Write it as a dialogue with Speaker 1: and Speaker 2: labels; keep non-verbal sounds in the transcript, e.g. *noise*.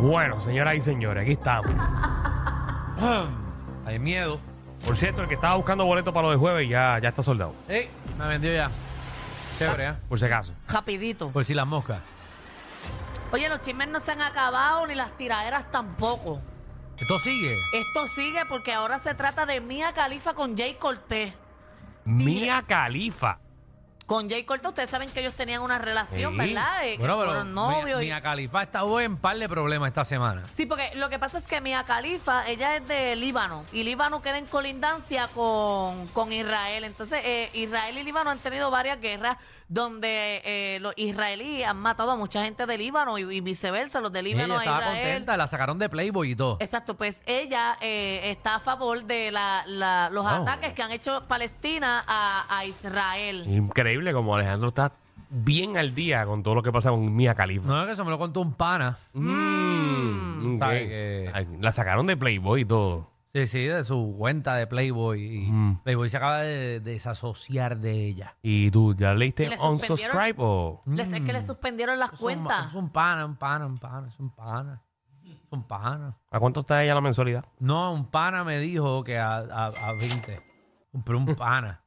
Speaker 1: Bueno, señoras y señores, aquí estamos.
Speaker 2: *clears throat* Hay miedo.
Speaker 1: Por cierto, el que estaba buscando boleto para lo de jueves ya, ya está soldado.
Speaker 2: ¡Ey! Me vendió ya. Chévere, ¿eh?
Speaker 1: Por si acaso.
Speaker 3: Rapidito.
Speaker 2: Por si las moscas.
Speaker 3: Oye, los chismes no se han acabado ni las tiraderas tampoco.
Speaker 2: Esto sigue.
Speaker 3: Esto sigue porque ahora se trata de Mía Califa con Jay Cortés.
Speaker 1: Mía Califa.
Speaker 3: Con Jay Cortés, ustedes saben que ellos tenían una relación,
Speaker 1: Sí.
Speaker 3: ¿verdad? Eh, que fueron novios. y-
Speaker 2: Mira, Califa ha estado en par de problemas esta semana.
Speaker 3: Sí, porque lo que pasa es que Mia Khalifa, ella es de Líbano y Líbano queda en colindancia con, con Israel. Entonces, eh, Israel y Líbano han tenido varias guerras donde eh, los israelíes han matado a mucha gente de Líbano y, y viceversa, los de Líbano
Speaker 2: ella
Speaker 3: a
Speaker 2: estaba
Speaker 3: Israel.
Speaker 2: contenta, la sacaron de Playboy y todo.
Speaker 3: Exacto, pues ella eh, está a favor de la- la- los
Speaker 2: Oh.
Speaker 3: ataques que han hecho Palestina a, a Israel.
Speaker 1: Increíble como Alejandro está bien al día con todo lo que pasa con Mía Califa.
Speaker 2: No, es que eso me lo contó un pana.
Speaker 1: Mm, ok.
Speaker 2: Sabe que-
Speaker 1: Ay, La sacaron de Playboy y todo.
Speaker 2: Sí, sí, de su cuenta de Playboy. Y Playboy se acaba de desasociar de ella.
Speaker 1: ¿Y tú ya
Speaker 3: ¿Y
Speaker 1: leíste
Speaker 3: le
Speaker 1: On
Speaker 3: suspendieron?
Speaker 1: Subscribe o...?
Speaker 3: Les es que le suspendieron las
Speaker 2: Es un-
Speaker 3: cuentas.
Speaker 2: Es un pana, un pana, un pana, es un pana. Es un pana.
Speaker 1: ¿A cuánto está ella la mensualidad?
Speaker 2: No, un pana me dijo que a, a, a 20. Un- Pero un pana.